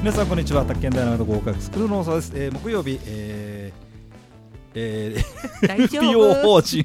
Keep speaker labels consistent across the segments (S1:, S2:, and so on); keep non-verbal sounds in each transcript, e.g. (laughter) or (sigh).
S1: 皆さんこんにちは宅建ダイナマイト合格スクールの大沢です、えー木曜日えーえー、
S2: (laughs) 大丈夫
S1: NPO 法人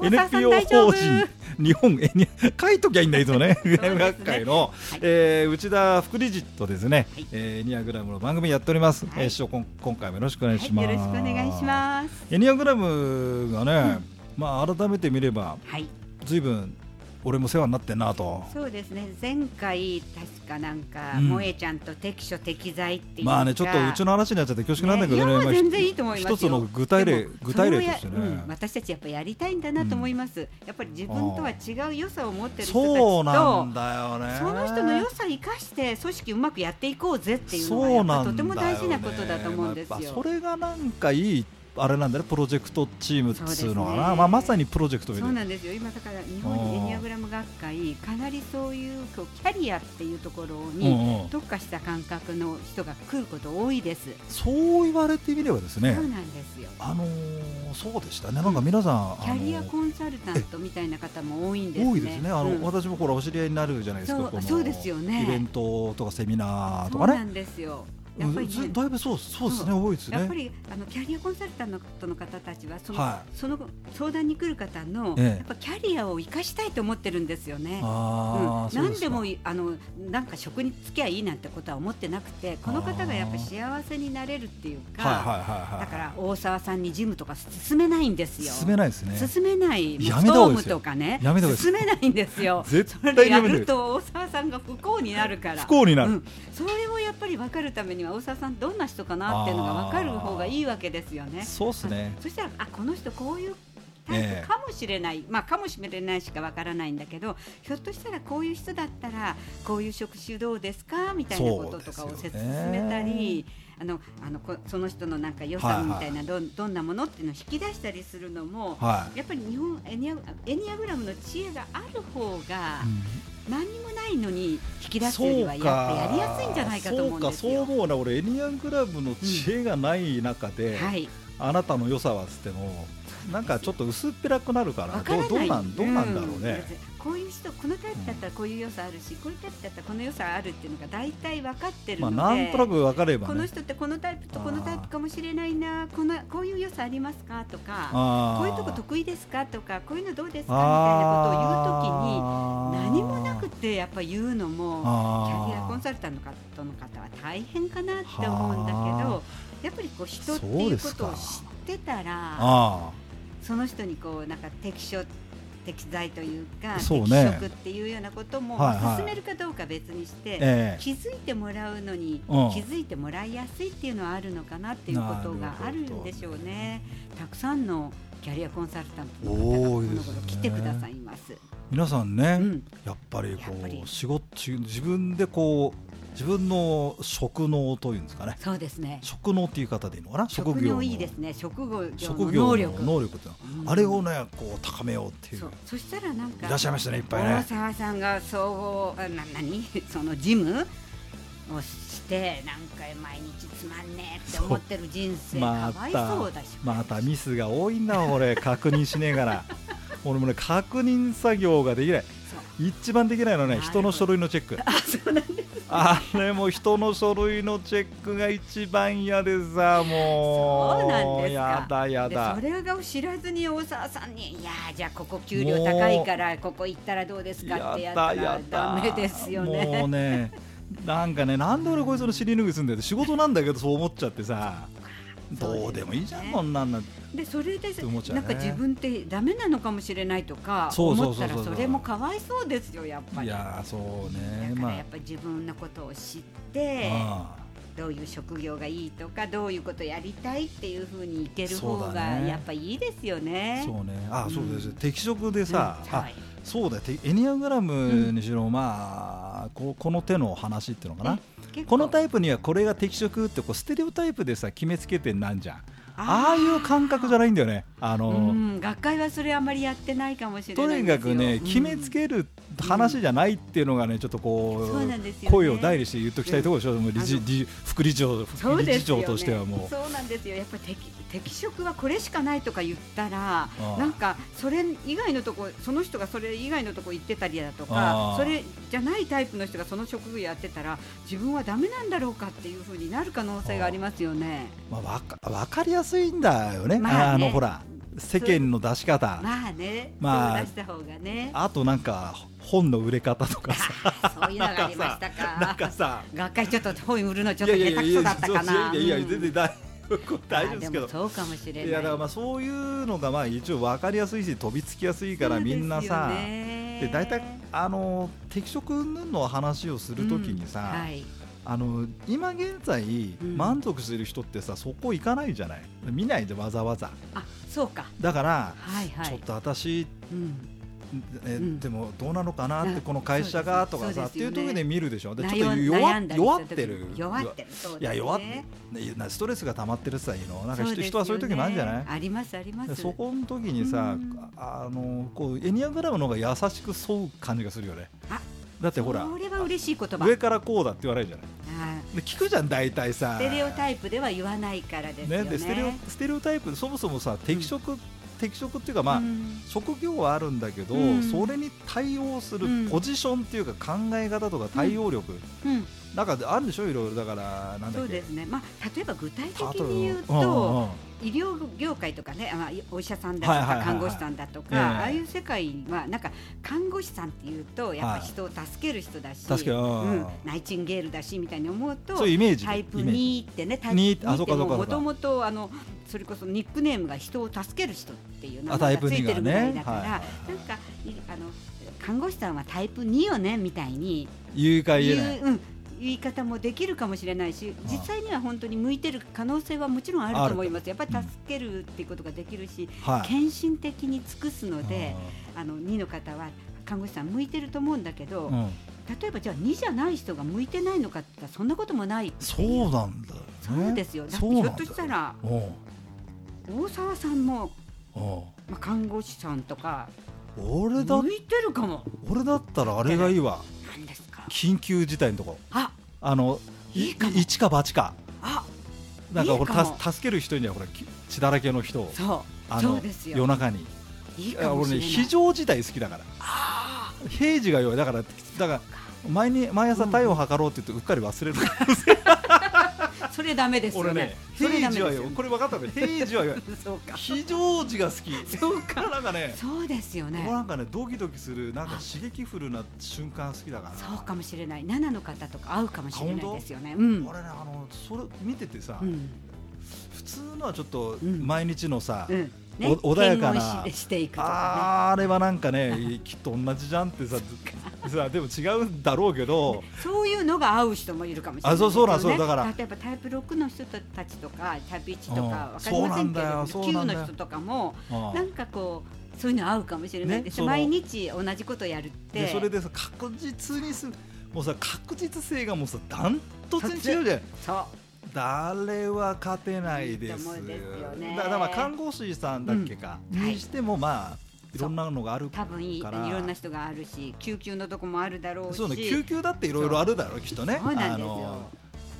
S2: 大沢さん
S1: NPO
S2: 大丈夫
S1: 法人日本えに (laughs) 書いときゃいいんだいつもね
S2: ですね
S1: 学会の、えー内田副理事とですね、
S2: はい
S1: えー、ニアグラムの番組やっております、
S2: はい
S1: えー師匠こん今回もよろしくお願いし
S2: は
S1: ま
S2: い、
S1: す、
S2: よろしくお願いし
S1: す
S2: ます。
S1: エニアグラムがね、まあ改めて見れば
S2: はい、
S1: ずいぶん俺も世話になってんなと
S2: そうですね。前回確かなんか、
S1: うん
S2: 萌えちゃんと適所適材っていうか。
S1: まあねちょっとうちの話になっちゃって恐縮なんだけどね
S2: ねいや
S1: まあ
S2: 全然いいと思いますよ
S1: 一つの具体例
S2: でも
S1: 具体例として
S2: それをや
S1: ね
S2: うん私たちやっぱやりたいんだなと思います。やっぱり自分とは違う良さを持ってる人たちと。
S1: そうなんだよね
S2: その人の良さを生かして組織うまくやっていこうぜっていうのは
S1: そ
S2: や
S1: う
S2: っ
S1: な
S2: ぱ
S1: んだ
S2: と
S1: よね
S2: ても大事なことだと思うんです
S1: まあやっ
S2: よ
S1: ぱ。それがなんかいいあれなんだねプロジェクトチームっつうのか
S2: そうです
S1: な、
S2: ね
S1: まあ、まさにプロジェクトみた
S2: そう
S1: いな
S2: なんですよ今だから日本エニアグラム学会かなりそういうこうキャリアっていうところ
S1: う
S2: に
S1: んうん
S2: 特化した感覚の人が来ること多いです。
S1: そう言われてみればです
S2: そう
S1: ね
S2: なんですよ。
S1: あのーそうでしたねなんか皆さん、
S2: キャリア
S1: あのー
S2: コンサルタントみたいな方も多いんですね。
S1: 多いですねあの、
S2: うん
S1: 私もほらお知り合いになるじゃないですか
S2: そう
S1: この
S2: そうですよね
S1: イベントとかセミナーと
S2: そ
S1: か
S2: うな
S1: ね
S2: んですよ。や
S1: う
S2: っぱり
S1: ん
S2: ね
S1: ずだいぶそうそうですね
S2: そ
S1: 多いですね
S2: やっぱりあのキャリアコンサルタントの方たちはその,、
S1: は
S2: その相談に来る方の、
S1: ええ
S2: やっぱキャリアを生かしたいと思ってるんですよね。
S1: あー
S2: うん、
S1: そう
S2: 何
S1: すか
S2: でもいあのなんか職に就きゃいいなんてことは思ってなくてこの方がやっぱ幸せになれるっていうか、
S1: はいはいはいはい
S2: だから大沢さんにジムとか進めないんですよ。
S1: 進めないですね
S2: 進めない、
S1: や
S2: もう
S1: めた方がいいで
S2: ストーム
S1: すよ
S2: とかね、
S1: やめた方がいいです。
S2: 進めないんです
S1: (laughs)
S2: よ
S1: 絶
S2: それ
S1: 対
S2: で
S1: にや
S2: や
S1: める
S2: ると大沢さんが不幸になるから。
S1: 不幸にな
S2: う
S1: る
S2: ん、それをやっぱり分かるためには大沢さんどんな人かなっていうのが分かる方がいいわけですよね。
S1: そうですね
S2: そしたらあこの人こういうタイプかもしれない、まあかもしれないしかわからないんだけどひょっとしたらこういう人だったらこういう職種どうですかみたいなこととかを
S1: そうで
S2: 説
S1: すよね
S2: 明たり、あのあのこその人のなんか良
S1: はい
S2: さ
S1: はい
S2: みたいな、どんどんなものっていうのを引き出したりするのも、
S1: はい
S2: やっぱり日本エニアエニアグラムの知恵がある方が何にもないのに引き出すよりはやっぱやりやすいんじゃないかと思うんです
S1: そう
S2: よ
S1: か。そう思うな俺エニアングラブの知恵がない中で、
S2: はい、
S1: あなたの良さはっつってもなんかちょっと薄っぺらくなるから
S2: わからない
S1: どうどうなんどうなんだろうね、
S2: んこういう人このタイプだったらこういう良さあるし、こういうタイプだったらこの良さあるっていうのが大体分かってる
S1: ま
S2: の
S1: あ
S2: で、
S1: なんとなく分かれば
S2: この
S1: ね
S2: 人ってこのタイプとこのタイプかもしれないなこのこういう良さありますかとか
S1: あ
S2: こういうとこ得意ですかとかこういうのどうですかみたいなことを言うときに何もなくてやっぱ言うのもキャリアコンサルタントの方の方は大変かなって思うんだけ
S1: は
S2: どやっぱりこう人っていうことを知ってたら。
S1: あ
S2: その人にこうなんか適所適材というか
S1: そうね
S2: 適職っていうようなことも、
S1: はいはい
S2: まあ進めるかどうか別にして、
S1: ええ
S2: 気づいてもらうのに、
S1: うん
S2: 気づいてもらいやすいっていうのはあるのかなっていうことがあるんでしょうねたくさんのキャリアコンサルタントの
S1: 多
S2: 方がこ
S1: いで
S2: の
S1: すね
S2: 頃来てくださいます。
S1: 皆さんね、
S2: うん
S1: やっぱりこ
S2: やっぱり
S1: う仕事自分でこう自分の職能というんですかね
S2: そうですね
S1: 職能っていう方でいいのかな
S2: 職
S1: 職業
S2: 業
S1: の
S2: いいですね職業
S1: 職
S2: の
S1: 業の
S2: 能力
S1: 能力っていうの、
S2: うん
S1: あれをねこう高めようっていう
S2: そうそしたらなんか
S1: いらっしゃいましたねいっぱい
S2: 大
S1: ね
S2: 沢さんが総合あな何 (laughs) そのジムをしてなんか毎日つまんねえって思ってる人生
S1: ま
S2: か
S1: た
S2: わいそうだし
S1: またミスが多いんだ俺確認しねえから俺もね確認作業ができない
S2: そう
S1: 一番できないのはね
S2: なるほ
S1: 人
S2: ど
S1: の書類のチェック
S2: あそうなんです
S1: あれも人の書類のチェックが一番嫌でさもう
S2: そうなんですか
S1: やだやだ
S2: でそれを知らずに大沢さんに「いやーじゃあここ給料高いからここ行ったらどうですか」ってやったらダメですよ
S1: もう
S2: ね。
S1: ねなんかねなんで俺こいつの尻拭いすんだよって仕事なんだけどそう思っちゃってさ
S2: そうで
S1: どうで
S2: すね
S1: もいいじゃんこんなんなんて
S2: でそれで
S1: 思っちゃう
S2: な
S1: ね
S2: んか自分ってダメなのかもしれないとか
S1: そうそ
S2: 思
S1: う
S2: っ
S1: そ
S2: た
S1: うそう
S2: らそれもかわいそうですよやっぱ
S1: い
S2: り。
S1: やーそうね
S2: だか
S1: ま
S2: らやっぱり自分のことを知って、
S1: ああ
S2: どういう職業がいいとかどういうことやりたいっていうふうにいける方
S1: そう
S2: が
S1: だね
S2: やっぱいいですよね。
S1: そうねあそうです、
S2: うん
S1: 適職でさ、
S2: うん
S1: あ
S2: はい
S1: そうだよてエニアグラムにしろ、まあこうこの手の話っていうのかな、
S2: ね結構
S1: このタイプにはこれが適職ってこうステレオタイプでさ決めつけてなんじゃんああいう感覚じゃないんだよねあの、
S2: うん学会はそれあんまりやってないかもしれ
S1: と
S2: ない
S1: に
S2: んで
S1: か
S2: すよ
S1: くね、
S2: うん
S1: 決めつける話じゃないっていうのがね、ちょっとこう
S2: そうなんですよね
S1: 声を代理して言っときたいところでしょ、もう理
S2: あ
S1: 事
S2: の
S1: 理事副理事長、
S2: そ
S1: 副
S2: う
S1: 理
S2: で
S1: 事
S2: すよ
S1: 長
S2: ね
S1: としてはもう。
S2: そうなんですよやっぱり適適職はこれしかないとか言ったら
S1: あ
S2: なんかそれ以外のとこその人がそれ以外のとこ行ってたりだと
S1: あ
S2: か
S1: ー
S2: それじゃないタイプの人がその職業やってたら自分はダメなんだろうかっていうふうになる可能性がありますよね。
S1: まあ、わかわかりやすいんだよね、
S2: まあね
S1: のほら世間の出し方、
S2: まあね、
S1: まあ
S2: そう出した方がね。
S1: あとなんか本の売れ方とかさ、
S2: そういうのがありました
S1: なん
S2: か。
S1: かさ、
S2: 学会ちょっと本売るのちょっ
S1: い
S2: と
S1: やいや
S2: 下手
S1: いや
S2: く
S1: い
S2: そ
S1: や
S2: だったかな。
S1: いやいや
S2: うん
S1: 全然大丈夫大丈夫ですけ
S2: あ
S1: ど
S2: も。そうかもしれない。
S1: いやだからまあそういうのがまあ一応分かりやすいし飛びつきやすいからみんなさ
S2: そうですよね
S1: で大体あの適職云々の話をするときにさ、
S2: うんはい
S1: あの今現在
S2: ん
S1: 満足してる人ってさそこ行かないじゃない見ないでわざわざ
S2: あそうか
S1: だから、
S2: はいはい
S1: ちょっと私
S2: うん
S1: え
S2: うん
S1: でもどうなのかなって
S2: な
S1: この会社がとか
S2: そう
S1: さ
S2: で
S1: っ
S2: す
S1: ていう時
S2: そうです
S1: で
S2: よね
S1: 見るでしょでちょっと
S2: 悩ん
S1: 弱
S2: 悩んだり
S1: 弱っ
S2: した時
S1: てる
S2: 弱ってるそう
S1: いや
S2: ですね
S1: 弱っねストレスが溜まってるさいいのなんか人,、
S2: そうですよね
S1: 人はそういう時もあるんじゃない
S2: ありますありま
S1: ですそこの時にさ、
S2: うん
S1: あのこうエニアグラムの方が優しく沿う感じがするよね
S2: あ
S1: だってほら
S2: それは嬉しい言葉
S1: 上からこうだって言われるじゃない
S2: あ
S1: で聞くじゃん大体さ
S2: ーステレオタイプでは言わないからですよ
S1: ね
S2: ね
S1: でステレオステレオタイプそもそもさ適職、適職っていうかまあ、
S2: うん
S1: 職業はあるんだけど、
S2: うん
S1: それに対応する
S2: うん
S1: ポジションっていうか考え方とか対応力、
S2: うん
S1: なんかあるんでしょいろいろだからなんだ
S2: そ
S1: っ
S2: う
S1: け
S2: ですねまあ例えば具体的
S1: あと
S2: に言うと、
S1: んん
S2: 医療業界とかね、あまあ、お医者さんだと
S1: はい
S2: か、
S1: はいはいはい
S2: 看護師さんだとか、
S1: ええ
S2: ああいう世界はなんか看護師さんっていうとやっぱ人を助ける人だし、
S1: 助けるうん
S2: うんナイチンゲールだしみたいに思うと
S1: そういうイメージ
S2: タイプ
S1: イメージ
S2: 2ってねタイプ
S1: に
S2: 2
S1: あ
S2: っ
S1: そう
S2: て
S1: かそうか
S2: もともとあのそれこそニックネームが人を助ける人っていう名
S1: あタ
S2: 前
S1: イ
S2: が
S1: プ
S2: つい
S1: 2
S2: て
S1: が
S2: るぐら
S1: ね
S2: いだか
S1: はいはいは
S2: ら
S1: い
S2: なんかいあの看護師さんはタイプ2よねみたいに
S1: 言うか言えない
S2: いう、うん、言い方もできるかもしれないし
S1: ああ
S2: 実際には本当に向いてる可能性はもちろんあると思いますやっぱり助けるっていうことができるし、
S1: はい
S2: 献身的に尽くすので
S1: うん
S2: あの2の方は看護師さん向いてると思うんだけど、
S1: うん、
S2: 例えばじゃあ2じゃない人が向いてないのかって言ったらそんなこともない
S1: そうなんだよね。
S2: そうですよだって
S1: そう
S2: ひ
S1: なん
S2: ょ
S1: だ
S2: っとしたら
S1: うんうん
S2: 大沢さんも、まあ、看護師さんとか
S1: 俺だ
S2: 向いてるかも
S1: 俺だったらあれがいいわ
S2: なんですか
S1: 緊急事態のところ
S2: あ
S1: あの
S2: いいかも
S1: 一か八か
S2: あ
S1: なんか
S2: いい
S1: ほ
S2: からも
S1: た助ける人にはほらき血だらけの人を
S2: そう
S1: あ
S2: そ
S1: の
S2: うです
S1: 夜
S2: よ
S1: 中に
S2: いい
S1: いや
S2: かも
S1: 俺
S2: しれ
S1: ね
S2: ない
S1: 非常事態好きだから
S2: あ
S1: 平時が弱いだからだから毎に毎朝体温測ろうって言ってうっかり忘れる、
S2: あそれダメですよ
S1: 俺
S2: ね
S1: ね
S2: それダ
S1: 平時
S2: メで
S1: は
S2: す
S1: よ
S2: よ
S1: これ分かったね平時は弱い
S2: そうか
S1: 非常時が好
S2: (laughs)
S1: き
S2: そうか
S1: なんかね
S2: そうですよね
S1: もうなんかねドキドキするなんか刺激フルな瞬間好きだから
S2: そうかもしれない7の方とか合うかもしれないですよねう
S1: 俺
S2: ん、
S1: ねあのそれ見ててさ、
S2: うん
S1: 普通のはちょっと
S2: うん
S1: 毎日のさ、
S2: うん
S1: お穏やかな
S2: 検温ししていくとか
S1: あーあれはなんかねきっと同じじゃんってさ (laughs) さでも違うんだろうけど
S2: ねそういうのが合う人もいるかもしれない
S1: あそうそうなん
S2: ですよね
S1: そうだから
S2: 例えばタイプ6の人たちとかタイプ1とか
S1: うん
S2: わかりませんけれども
S1: そう
S2: 9
S1: なんだよそうなんだよ
S2: の人とかも
S1: あ
S2: なんかこうそういうの合うかもしれないで
S1: ね
S2: す、
S1: その
S2: 毎日同じことやるっ
S1: ー
S2: て
S1: でそれでさ確実にすもうさ確実性がもうさダントツに違うじゃん
S2: そう
S1: 誰は勝てないです
S2: いいと思うですよね
S1: だからまあ看護師さんだっけか、
S2: うんはい
S1: にしてもまあいろんなのがある
S2: 多分いいいろ
S1: から
S2: んな人があるし救急のとこもあるだろうし
S1: そうね救急だっていろいろあるだろうきっとね
S2: そうなんですよ
S1: の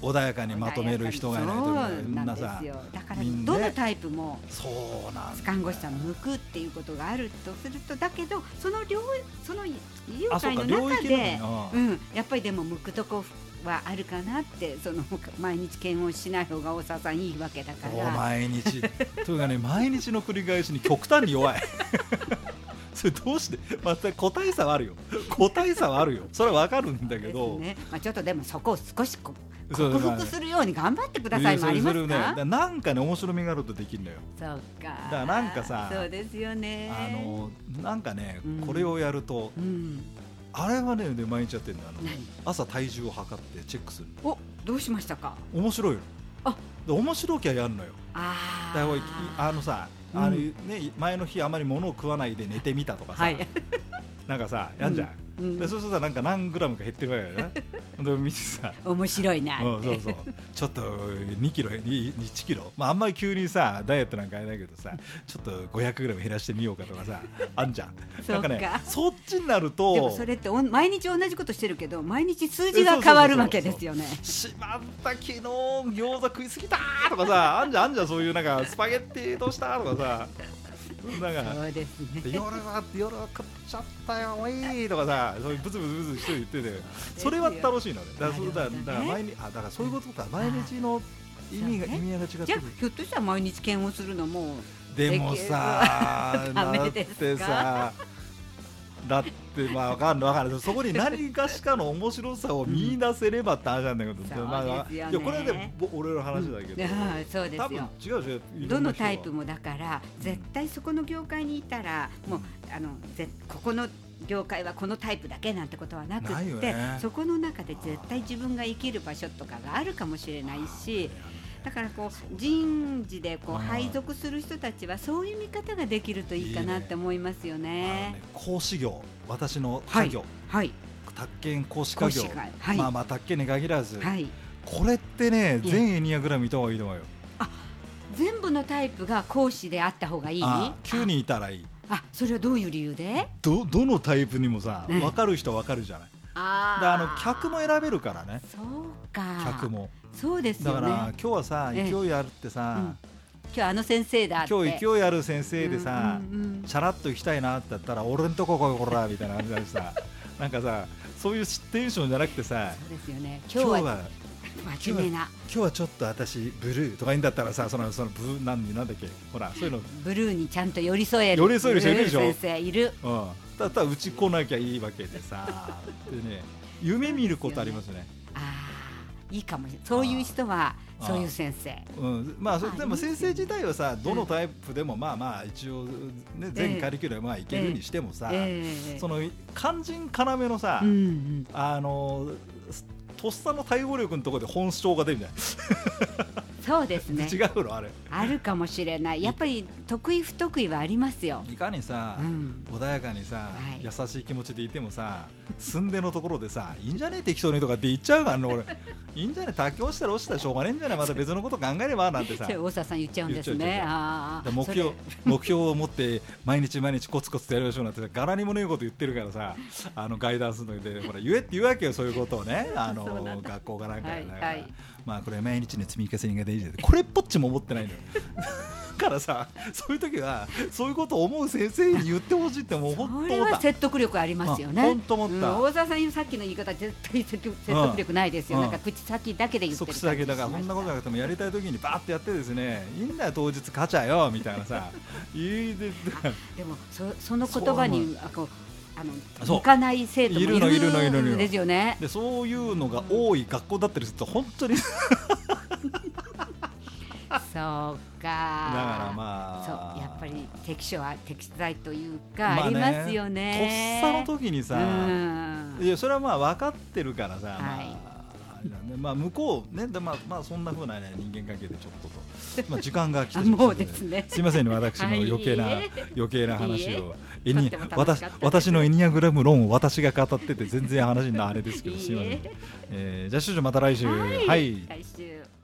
S1: 穏やかにまとめる人がいないと
S2: そうなんですよだから
S1: みんな
S2: どのタイプも
S1: そうなんだ
S2: 看護師さん向くっていうことがあるとするとだけどその領その医療
S1: あそう
S2: 界
S1: か
S2: の
S1: 領
S2: 中
S1: 域の
S2: で
S1: ねあ
S2: うん、やっぱりでも向くとこはあるかなってその毎日検温しない方が大沢さんいいわけだか
S1: もう
S2: ら
S1: 毎日というかね毎日の繰り返しに極端に弱い (laughs) それどうしてまた個体差はあるよ個体差はあるよそれはわかるんだけ
S2: です
S1: ど
S2: ねまあ、ちょっとでもそこを少しこ
S1: そう
S2: 克服するように頑張ってくださいもありま
S1: い
S2: す
S1: やそれそれねだ
S2: から
S1: なんかね面白みがあるとできるのよ
S2: そうか
S1: だからなんかさ
S2: そうですよね
S1: あのなんかね
S2: うん
S1: これをやると
S2: うん
S1: あれはねで毎日やってるんだあの
S2: 何
S1: 朝体重を測ってチェックする
S2: おどうしましたか
S1: の面白いよ
S2: あ
S1: で面白きゃやるのよ
S2: あ
S1: だからい
S2: あ
S1: あのさ
S2: うん
S1: あのね前の日あまり物を食わないで寝てみたとかさ、
S2: はい
S1: なんかさやんじゃん、
S2: うん (laughs)
S1: でそうするとさなんか何グラムか減ってるわけだよねで見てさ
S2: 面白いなって、
S1: うん、そうそうちょっと2キロに1キロ、まあ、あんまり急にさダイエットなんかやないけどさちょっと500グラム減らしてみようかとかさあんじゃん
S2: (laughs) そうか
S1: なんかねそっちになると
S2: でもそれっておん毎日同じことしてるけど毎日数字が変わるわけですよね
S1: しまった昨日餃子食いすぎたとかさあんじゃんあんじゃんそういうなん
S2: (laughs)
S1: かスパゲッティどうしたとかさなんか
S2: そうですね
S1: で夜は夜は食っちゃったよおいとかさそういうブツブツブツ一人言っててそれは楽しいのねだからそうだ
S2: なるほどね
S1: だから毎日あだからそういうことか毎日の意味が
S2: そうね
S1: 意味合いが違ってく
S2: じゃあ
S1: る
S2: ひょっとしたら毎日検温するのも
S1: でもさ
S2: できる
S1: だ
S2: ダメ
S1: っ
S2: ですか
S1: てさだってまあわかんないわかんないそこに何かしかの面白さを見出せればって話なんだけど、
S2: んそう
S1: まあ
S2: ですよね
S1: いやこれはでも俺の話だけど、
S2: うんそうで
S1: 多
S2: す
S1: 分
S2: よ
S1: 違うでしょ
S2: どのタイプ
S1: も
S2: もだから絶対そこの業界にいたらもうあのぜここの業界はこのタイプだけなんてことはなくっ
S1: ないよ
S2: て
S1: ね
S2: そこの中で絶対自分が生きる場所とかがあるかもしれないしだからこう人事でこう
S1: はい
S2: 配属する人たちはそういう見方ができるといいかなって思いますよ
S1: あの
S2: ね
S1: ね。講師業私の作業、
S2: はい、
S1: 宅建講師家業
S2: 講師会はい
S1: まあまあ宅建に限らず、
S2: はい、
S1: これってね
S2: ええ
S1: 全エニアグラム見た方がいいと思うよ
S2: 全部のタイプが講師であった方がいい
S1: ああ9人いたらいい
S2: あそれはどういう理由で
S1: どどのタイプにもさ
S2: ね
S1: 分かる人は分かるじゃない
S2: あ
S1: で
S2: ー
S1: あの客も選べるからね
S2: そうか
S1: 客も
S2: そうです
S1: だ
S2: よ
S1: か
S2: ね
S1: ら今日はさ
S2: ええ
S1: 勢いあるってさ、
S2: 今日あの先生だって
S1: 今日勢いある先生でさ、
S2: うんうんうん
S1: チャラっと行きたいなって言ったら俺んとこ来いこらみたいな感じでさ (laughs) なんかさそういうテンションじゃなくてさ
S2: そうですよね今
S1: 今
S2: 日
S1: 日
S2: は
S1: は
S2: 真面目な
S1: 今日はちょっと私ブルーとか言うんだったらさそのそのブーなんなんだっけほらそういうの
S2: ブルーにちゃんと寄り添える
S1: 寄り添える人いるでしょ
S2: ブルー先生いる
S1: うん、ただうち来なきゃいいわけでさでね夢見ることありますね、
S2: あーいいかもしれないそういう人は
S1: あー
S2: そういう先生
S1: うん、まあそ
S2: あ
S1: でも
S2: いいですね
S1: 先生自体はさどのタイプでもまあまあ一応、ね、全カリキュラムはいけるにしてもさ、
S2: ええ
S1: その肝心要のさ、
S2: うんうん
S1: あのとっさの対応力のところで本性が出るんじゃ
S2: そうです
S1: な
S2: ね
S1: い (laughs) 違うのあれ
S2: あるかもしれないやっぱり得意不得意はありますよ、
S1: いかにさ、
S2: うん、
S1: 穏やかにさ、
S2: はい
S1: 優しい気持ちでいてもさ寸でのところでさ「いいんじゃねえ適当に」とかって言っちゃうからね俺「いいんじゃねえ妥協したら落ちたらしょうがねえんじゃないまた別のこと考えれば」なんて
S2: (laughs)
S1: さ
S2: それ大沢さん言っちゃうんです
S1: 言っちゃう言っ
S2: ね
S1: ちゃう
S2: あー
S1: 目
S2: (laughs)
S1: 標目標を持って毎日毎日コツコツとやりましょうなんてさ柄にもねえこと言ってるからさあのガイダンスの時でほら言えって言うわけよそういうことを
S2: (laughs)
S1: ねあ
S2: そうな
S1: の
S2: んだ
S1: 学校がなんかやるない
S2: は
S1: んか
S2: はい
S1: まあこれ毎日の積み重ねが大事だってこれっぽっちも思ってないのよ (laughs) だからさそういう時はそういうことを思う先生に言ってほしいってもう
S2: そ
S1: 本当
S2: れ
S1: 思っ
S2: は
S1: た
S2: 説得力ありますよね。
S1: あほんと思った
S2: うん大沢さんのさっきの言い方絶対説得説得力ないですよ。
S1: うん
S2: なんか口先だけで言って
S1: 即
S2: る感
S1: 死
S2: じ
S1: だけだから
S2: しま
S1: こ
S2: し
S1: ん
S2: た
S1: なことなくてもやりたい時にバーってやってですねいいんだよ当日勝ちゃよみたいな
S2: (laughs)
S1: さ言いで
S2: でもそその言葉にあこうあの
S1: そう
S2: 向かない生徒もい
S1: いるのいるのいるのいる
S2: る
S1: の
S2: んですよ
S1: (laughs)
S2: ね。
S1: でそういうのが多い学校だったりすると本当にだか
S2: そうか。だからあ。
S1: まあ
S2: そうやっぱり適所は適材という
S1: ま
S2: かありますよ
S1: ね
S2: ね。
S1: とっさの時にさ、
S2: うん
S1: いやそれはまあ分かってるからさ、
S2: はい
S1: まああれだねまあ、向こうねで、まあまあ、そんなふうな、ね、人間関係でちょっと
S2: (laughs)
S1: と、まあ、時間が来て
S2: あ
S1: しまった
S2: も
S1: の
S2: うですね。
S1: すいませんね、私の余計な、
S2: はいいいえ
S1: 余計な話を。
S2: い
S1: エ
S2: えとっ
S1: ニ
S2: ても楽
S1: 私
S2: しかったです
S1: 私のエニアグラム論を私が語ってて全然話のあれですけど
S2: いいえ
S1: すいません、えーじゃあ少々また来週
S2: はい。
S1: はい
S2: 来週。